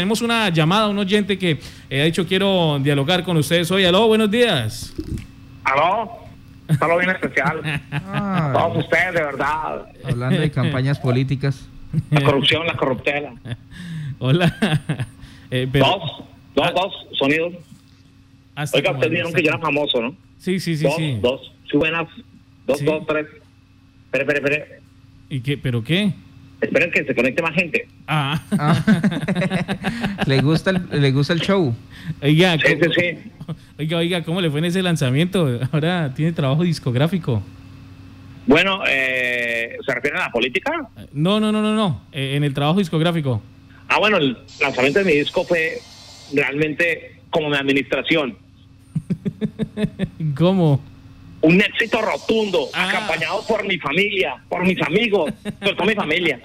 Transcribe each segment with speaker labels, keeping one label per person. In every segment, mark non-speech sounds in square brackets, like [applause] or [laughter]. Speaker 1: tenemos una llamada, un oyente que eh, ha dicho quiero dialogar con ustedes hoy. Aló, buenos días. [laughs]
Speaker 2: Aló. Un saludo bien especial. A todos ustedes, de verdad.
Speaker 3: Hablando de campañas políticas.
Speaker 2: La corrupción, la corruptela.
Speaker 1: Hola. [laughs] Eh, pero-
Speaker 2: Dos, dos,
Speaker 1: Ah.
Speaker 2: dos sonidos.
Speaker 1: Hasta
Speaker 2: Oiga,
Speaker 1: como
Speaker 2: ustedes
Speaker 1: el
Speaker 2: dijeron que yo era famoso, ¿no?
Speaker 1: Sí, sí, sí,
Speaker 2: Dos,
Speaker 1: sí.
Speaker 2: dos. Sí, buenas. Dos,
Speaker 1: Sí.
Speaker 2: dos, tres. Espere, espere, espere.
Speaker 1: ¿Y qué? ¿Pero qué?
Speaker 2: Esperen que se conecte más gente. [laughs]
Speaker 1: Ah. [laughs]
Speaker 3: Ah. le, gusta el, le gusta el show.
Speaker 1: oiga,
Speaker 2: Sí, sí,
Speaker 1: ¿cómo-
Speaker 2: sí.
Speaker 1: [laughs] oiga, oiga, ¿cómo le fue en ese lanzamiento? [laughs] Ahora tiene trabajo discográfico.
Speaker 2: Bueno, eh, ¿se refieren a la política?
Speaker 1: No, no, no, no, no. Eh, en el trabajo discográfico.
Speaker 2: Ah, bueno, el lanzamiento de mi disco fue realmente como mi administración.
Speaker 1: ¿Cómo? [laughs]
Speaker 2: Un éxito rotundo,
Speaker 1: Ah.
Speaker 2: acompañado por mi familia, por mis amigos, por toda mi familia.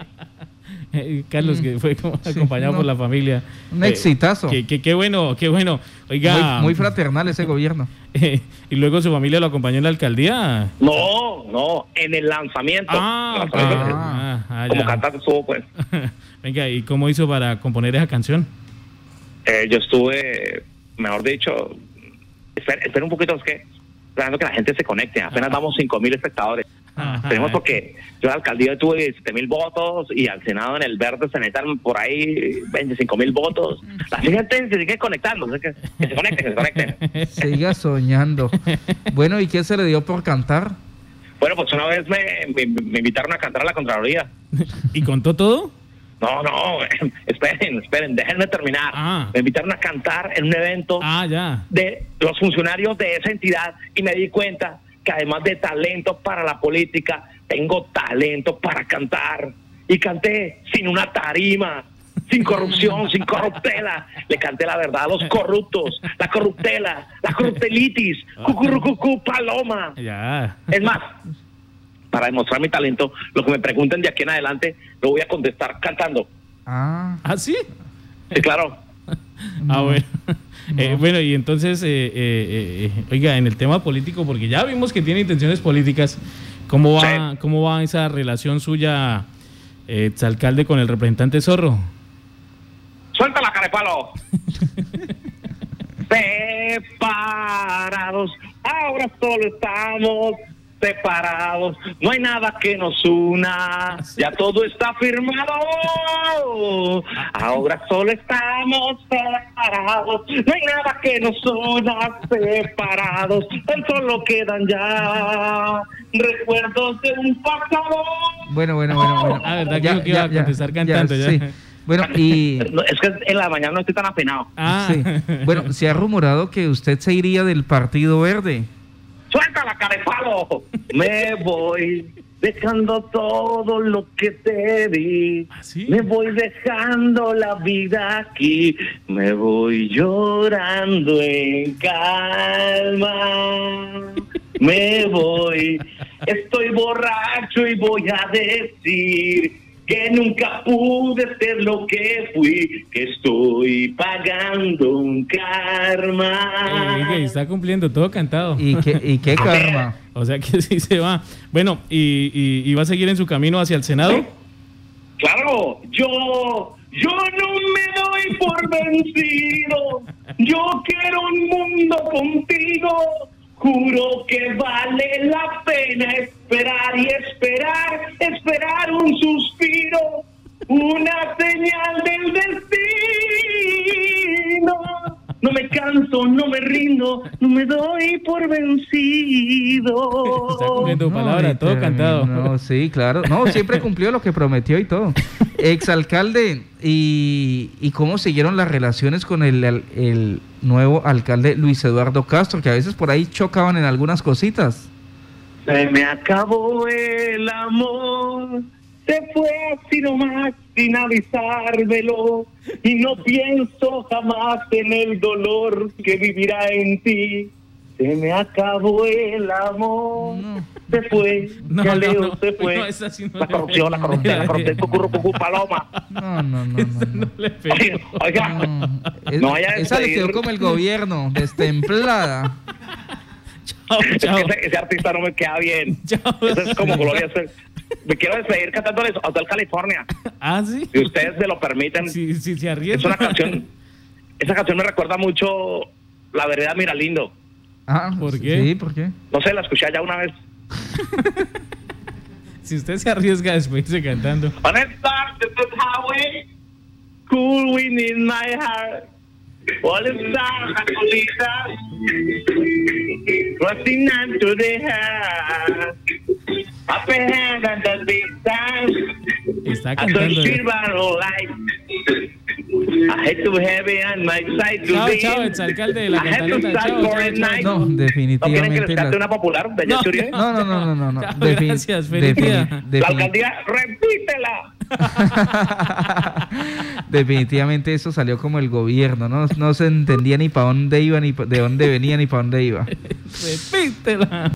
Speaker 1: Eh, Carlos, que fue como
Speaker 3: Mm. Sí,
Speaker 1: acompañado
Speaker 3: no.
Speaker 1: por la familia.
Speaker 3: Un
Speaker 1: Eh,
Speaker 3: exitazo.
Speaker 1: que- que- Qué bueno, qué bueno. Oiga,
Speaker 3: Muy, muy fraternal ese gobierno.
Speaker 1: eh, [laughs] y luego su familia lo acompañó en la alcaldía.
Speaker 2: No, no, en el lanzamiento.
Speaker 1: Ah, ok.
Speaker 2: Lanzamiento, pues,
Speaker 1: Ah, ah,
Speaker 2: Como
Speaker 1: ya.
Speaker 2: cantante estuvo, pues.
Speaker 1: [laughs] Venga, ¿y cómo hizo para componer esa canción?
Speaker 2: Eh, yo estuve, mejor dicho, espera, espera un poquito, es que esperando que la gente se conecte. Apenas
Speaker 1: Ah.
Speaker 2: damos 5 mil espectadores.
Speaker 1: Ajá.
Speaker 2: Ah, Tenemos porque yo en la alcaldía tuve 17 mil votos y al Senado en el Verde se necesitan por ahí 25 mil votos.
Speaker 1: Mm.
Speaker 2: La gente se sigue conectando, así que, que se conecten, que
Speaker 1: [laughs]
Speaker 2: se conecten.
Speaker 3: Siga soñando. Bueno, ¿y qué se le dio por cantar?
Speaker 2: Bueno, pues una vez me, me- me invitaron a cantar a la Contraloría.
Speaker 1: [laughs] ¿Y contó todo?
Speaker 2: No, no, [laughs] esperen, esperen, déjenme terminar.
Speaker 1: Ah.
Speaker 2: Me invitaron a cantar en un evento.
Speaker 1: Ah, ya.
Speaker 2: de los funcionarios de esa entidad y me di cuenta que además de talento para la política, tengo talento para cantar. Y canté sin una tarima, sin
Speaker 1: [laughs]
Speaker 2: corrupción, sin corruptela. Le canté la verdad a los corruptos, la corruptela, la corruptelitis,
Speaker 1: Ah.
Speaker 2: cucurrucucú, paloma.
Speaker 1: Ya.
Speaker 2: Es más, para demostrar mi talento, lo que me pregunten de aquí en adelante, lo voy a contestar cantando.
Speaker 3: Ah,
Speaker 1: ¿Ah, sí?
Speaker 2: Sí, claro.
Speaker 1: Ah, bueno. Eh,
Speaker 3: No.
Speaker 1: bueno, y entonces, eh, eh, eh, eh, oiga, en el tema político, porque ya vimos que tiene intenciones políticas, ¿cómo va,
Speaker 2: Sí.
Speaker 1: cómo va esa relación suya, eh, exalcalde, con el representante Zorro?
Speaker 2: ¡Suelta la carepalo! separados, ahora solo estamos separados, no hay nada que nos una, ya todo está firmado, ahora solo estamos separados, no hay nada que nos una, separados, tan solo quedan ya recuerdos de un pasado.
Speaker 3: bueno, bueno, bueno. bueno.
Speaker 1: Ah, ¿verdad que dijo que iba a contestar cantando ya?
Speaker 3: sí. Bueno, y...
Speaker 2: No, es que en la mañana no estoy tan apenado.
Speaker 1: [laughs] Ah,
Speaker 3: sí. Bueno, se ha rumorado que usted se iría del Partido Verde.
Speaker 2: ¡Suelta la cara de palo! Me voy dejando todo lo que te di.
Speaker 1: ¿Ah, sí?
Speaker 2: Me voy dejando la vida aquí. Me voy llorando en calma. Me voy. Estoy borracho y voy a decir que nunca pude ser lo que fui, que estoy pagando un
Speaker 1: [laughs] Eh,
Speaker 2: karma.
Speaker 1: oiga, y está cumpliendo todo cantado.
Speaker 3: ¿Y qué, y qué karma?
Speaker 1: O sea que [laughs] sí se va. Bueno, y, y- y va a seguir en su camino hacia el Senado?
Speaker 2: Claro, yo, yo no me doy por vencido. Yo quiero un mundo contigo. Juro que vale la pena esperar y esperar, esperar un suspiro, una señal del destino. No me canso, no me rindo, no me doy por vencido.
Speaker 1: Está cumpliendo palabra,
Speaker 3: y
Speaker 1: todo cantado.
Speaker 3: terminó, sí, claro. No, siempre cumplió lo que prometió y todo. Exalcalde, ¿y, ¿y cómo siguieron las relaciones con el, al- el nuevo alcalde Luis Eduardo Castro? Que a veces por ahí chocaban en algunas cositas.
Speaker 2: Se me acabó el amor, se fue así nomás sin avisármelo y no pienso jamás en el dolor que vivirá en ti. Se me acabó el amor,
Speaker 3: No.
Speaker 2: se fue,
Speaker 1: [laughs] No,
Speaker 2: ya
Speaker 1: no,
Speaker 2: leo,
Speaker 1: no,
Speaker 2: se fue.
Speaker 1: no, esa sí no
Speaker 2: la
Speaker 1: le-
Speaker 2: corrupción, la corrupción,
Speaker 1: [laughs]
Speaker 2: la corrupción, cucurru, cucú, paloma.
Speaker 3: No, no, no. no, no.
Speaker 1: [laughs] No
Speaker 2: [laughs]
Speaker 1: le pego.
Speaker 2: Oiga, oiga,
Speaker 3: No, es-
Speaker 2: No vaya a
Speaker 3: esa le quedó
Speaker 2: despedir.
Speaker 3: como el gobierno,
Speaker 1: [laughs]
Speaker 3: destemplada.
Speaker 1: Chao,
Speaker 2: es que
Speaker 1: chao.
Speaker 2: ese, ese artista no me queda bien.
Speaker 1: [laughs] Chao.
Speaker 2: Eso es como Gloria, Ce- me quiero despedir cantándoles Hotel California.
Speaker 1: [laughs] Ah, sí.
Speaker 2: Si ustedes me lo permiten.
Speaker 1: Sí, sí, se arriesga.
Speaker 2: Es una canción. Esa canción me recuerda mucho La Vereda Miralindo.
Speaker 3: Ah,
Speaker 1: ¿Por
Speaker 3: sí,
Speaker 1: qué?
Speaker 3: Sí, ¿por qué?
Speaker 2: No sé, la escuché ya una vez.
Speaker 1: [laughs] Si usted se arriesga a despedirse cantando. [laughs]
Speaker 2: On it starts to the highway, cool wind in my heart. All the stars and collisions, rusting on to the heart. Up ahead and the big time,
Speaker 1: Está
Speaker 2: I don't
Speaker 1: cantando.
Speaker 2: silver or light. I had to have it on my side
Speaker 1: Chao,
Speaker 2: today.
Speaker 1: chao, exalcalde de la
Speaker 2: I had to
Speaker 1: Cantaleta.
Speaker 2: start
Speaker 1: Chao,
Speaker 2: for
Speaker 1: chao,
Speaker 2: a
Speaker 1: chao.
Speaker 2: night. ¿No
Speaker 3: No,
Speaker 2: quieren que les
Speaker 3: definitivamente.
Speaker 2: cante
Speaker 3: la-
Speaker 2: una popular de Jesse Uribe?
Speaker 3: No, no, no, no, no.
Speaker 1: [laughs]
Speaker 3: no.
Speaker 1: Chao,
Speaker 3: Defin-
Speaker 1: gracias, feliz
Speaker 3: defin-
Speaker 1: día.
Speaker 2: La
Speaker 3: defin-
Speaker 2: alcaldía, repítela.
Speaker 3: [laughs] Definitivamente eso salió como el gobierno, ¿no? No se entendía ni para dónde iba, ni pa- de dónde venía, ni para dónde iba.
Speaker 1: Repítela.